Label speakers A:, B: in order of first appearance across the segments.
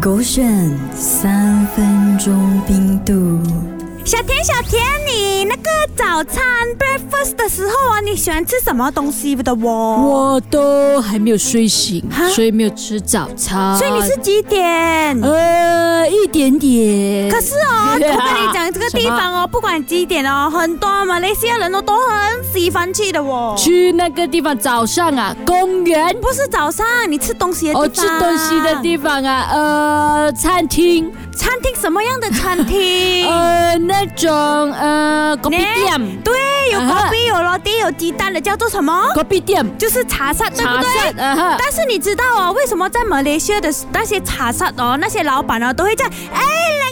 A: 狗选三分钟冰度。
B: 小田，小田，你那个早餐 breakfast 的时候啊，你喜欢吃什么东西的哦？
C: 我都还没有睡醒
B: 哈，
C: 所以没有吃早餐。
B: 所以你是几点？
C: 呃一点点。
B: 可是 哦，我跟
C: Yeah
B: 你讲，这个地方哦，不管几点哦，很多马来西亚人哦都很喜欢去的哦。
C: 去那个地方早上啊，公园
B: 不是早上，你吃东西的地
C: 哦，
B: 方。
C: 吃东西的地方啊，呃，餐厅，
B: 餐厅什么样的餐厅？
C: 呃，那种呃，咖啡店，
B: 对，有
C: 啊
B: 咖
C: 哈
B: 啡，有老爹，有鸡蛋的，叫做什么？
C: 咖啡店，
B: 就是茶室，对不
C: 茶
B: 对？
C: 室，啊哈，
B: 但是你知道哦，为什么在马来西亚的那些茶室哦，那些老板哦都会叫哎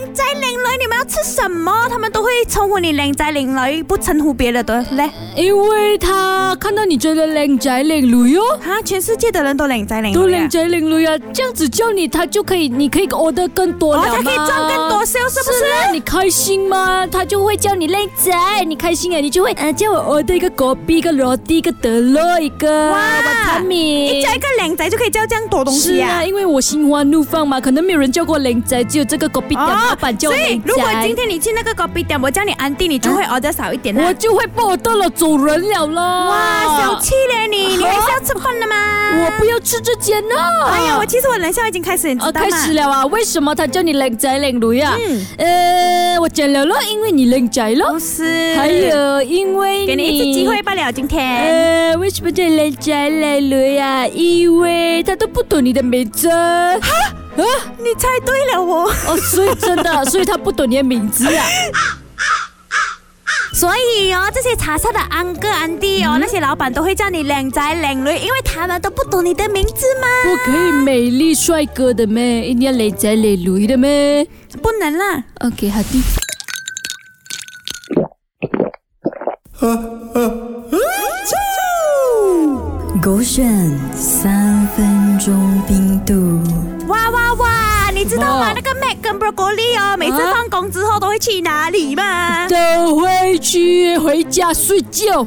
B: 靓仔靓女，你们要吃什么？他们都会称呼你靓仔靓女，不称呼别的的嘞。
C: 因为他看到你觉得靓仔靓女哦。
B: 啊，全世界的人都靓仔靓女啊，
C: 都靓仔靓女啊，这样子叫你，他就可以，你可以 order 更多
B: 哦，
C: 了嘛，
B: 才可以赚更多 sales，是不是？
C: 啊你开心吗？他就会叫你靓仔，你开心啊，你就会呃叫我 order 一个果啤，一个罗蒂，一个德乐，一个
B: 哇
C: 瓦塔
B: 你
C: 米
B: 叫。一个靓仔就可以叫这样多东
C: 是
B: 西啊
C: 啊，。因为我心花怒放嘛，可能没有人叫过靓仔，只有这个狗逼店老板叫我
B: 哦所以
C: 靓仔。
B: 如果今天啊你去那个咖啡店，我叫你安迪，你就会 order 少一点啦
C: 我。就会不我到了走人了啦。
B: 哇，小气嘞你，你还是要吃饭的吗？
C: 哦我不要吃这间啊呢。
B: 哎呀，我其实我冷笑已经开始，你
C: 呃，
B: 知道
C: 开
B: 吗？
C: 始了啊！为什么他叫你靓仔靓女啊？
B: 嗯
C: 呃，我讲了咯，因为你靓仔咯
B: 不。哦是，
C: 还有，因为
B: 给你一次机会。罢了，今天。
C: 呃，为什么叫你靓仔靓女啊？因为他都不懂你的名字。哦，
B: 你猜对了哦。
C: 所以真 的，啊所以他不懂你的名字啊。
B: 所以哦，这些茶社的安哥、安弟哦，那些老板都会叫你靓仔靓女，因为他们都不懂你的名字嘛。
C: 不可以美丽帅哥的咩？一定要靓仔靓女的咩
B: 不能啦。
C: ？OK，好的。
A: 狗选三分钟冰度。
B: 哇哇哇！你知道吗？
C: 哇
B: 那个 Mac 跟 Broccoli 哦，每次
C: 啊
B: 放工之后都会去哪里吗？
C: 都回去回家睡觉。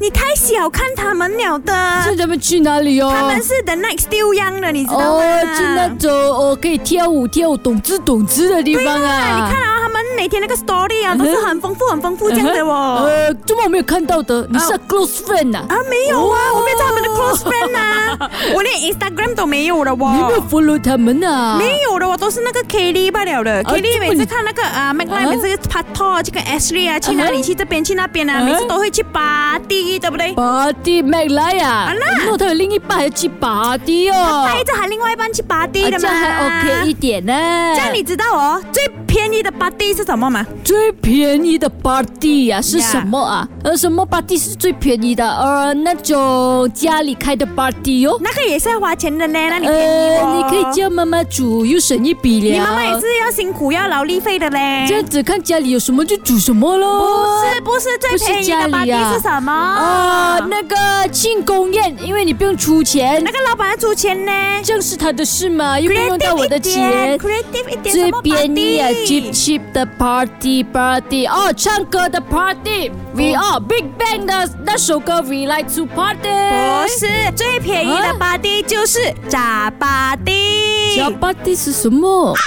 B: 你太小看他们了
C: 这
B: 的。
C: 他们去哪里哦？
B: 啊他们是 The Next Still Young 的，你知道吗？
C: 哦，去那种哦可以跳舞跳舞懂之懂之的地
B: 对
C: 方
B: 啊，
C: 啊。
B: 你看啊，他们每天那个 story 啊，都是很丰富、很丰富这样的哦。
C: 呃，怎么我没有看到的？你是 close friend 呐、
B: 啊，没有啊，
C: 哦
B: 我没有做他们的 close friend 呐、 我连 Instagram 都没有了
C: 你有没有
B: 哦。
C: follow 他们啊？
B: 没有的，我都是那个 Kelly 罢了的。
C: 啊
B: Kelly
C: 这么
B: 每
C: 你
B: 次看那个啊 m a c l i n
C: 啊
B: 每次拍拖，这个 Ashley 啊，去哪里
C: 啊
B: 去这边去那边啊，
C: 啊
B: 每次都会去巴地，对不对？
C: 巴蒂麦来啊
B: 啊那！
C: 那他有另一半还去巴蒂哦，
B: 带着他另外一半去巴地的
C: 啊这
B: 嘛。
C: 样还 OK 一。点啊呢、
B: 这样你知道哦，最便宜的巴地是什么吗？
C: 最便宜的 party 啊是
B: Yeah
C: 什么啊？呃，什么 party 是最便宜的？呃，那种家里开的 party 哦。
B: 那个也是要花钱的嘞，那你便宜
C: 呃，
B: 哦。
C: 你可以叫妈妈煮，又省一笔了。
B: 你妈妈也是要辛苦要劳力费的嘞。
C: 这样子，看家里有什么就煮什么喽。
B: 不是不是最
C: 不是
B: 便宜
C: 家
B: 的
C: 里
B: 巴地
C: 啊
B: 是什么？
C: 啊，那个庆功宴，因为你不用出钱
B: 那，个老板要出钱呢，
C: 这样是他的事嘛，又不用到我的钱。
B: ，creative 一点，
C: 最便宜啊
B: 什么
C: ，cheap
B: party？
C: cheap 的 party party 哦，唱歌的
B: Oh
C: party，We are Big Bang 的那首歌 We Like to Party。
B: 不是最便宜的
C: 啊
B: 巴蒂就是炸巴蒂，
C: 小 party 是什么？
B: 啊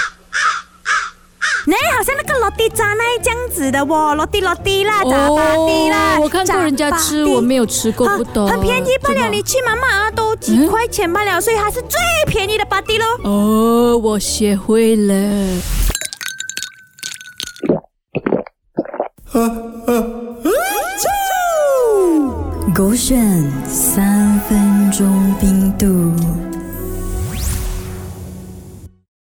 B: 那哎好像那个罗蒂炸那这样子的哦，罗蒂罗蒂啦，炸巴蒂啦，
C: 哦我看过人家吃，
B: 炸巴蒂
C: 我没有吃过，
B: 很
C: 不懂。
B: 很便宜罢
C: 真
B: 了，
C: 的
B: 你去妈妈啊都几
C: 嗯
B: 块钱罢了，所以它是最便宜的巴蒂喽。
C: 哦，我学会了。
A: 狗选三分钟冰度。